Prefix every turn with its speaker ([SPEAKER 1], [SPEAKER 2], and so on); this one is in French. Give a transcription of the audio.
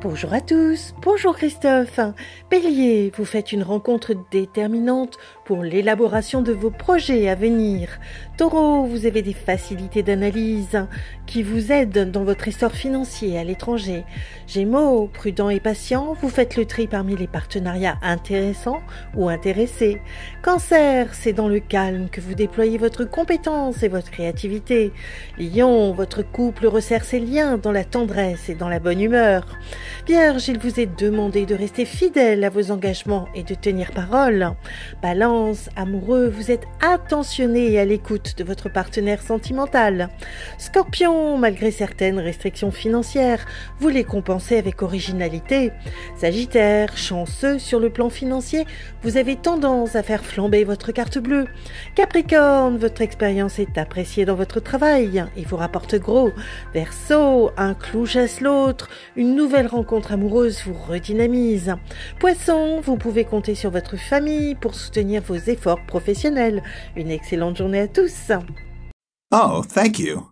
[SPEAKER 1] Bonjour à tous, bonjour Christophe. Bélier, vous faites une rencontre déterminante pour l'élaboration de vos projets à venir. Taureau, vous avez des facilités d'analyse qui vous aident dans votre essor financier à l'étranger. Gémeaux, prudent et patient, vous faites le tri parmi les partenariats intéressants ou intéressés. Cancer, c'est dans le calme que vous déployez votre compétence et votre créativité. Lion, votre couple resserre ses liens dans la tendresse et dans la bonne humeur. Vierge, il vous est demandé de rester fidèle à vos engagements et de tenir parole. Balance, amoureux, vous êtes attentionné et à l'écoute de votre partenaire sentimental. Scorpion, malgré certaines restrictions financières, vous les compensez avec originalité. Sagittaire, chanceux sur le plan financier, vous avez tendance à faire flamber votre carte bleue. Capricorne, votre expérience est appréciée dans votre travail et vous rapporte gros. Verseau, un clou chasse l'autre, une nouvelle rencontre amoureuse vous redynamise. Poisson, vous pouvez compter sur votre famille pour soutenir vos efforts professionnels. Une excellente journée à tous.
[SPEAKER 2] Oh, thank you.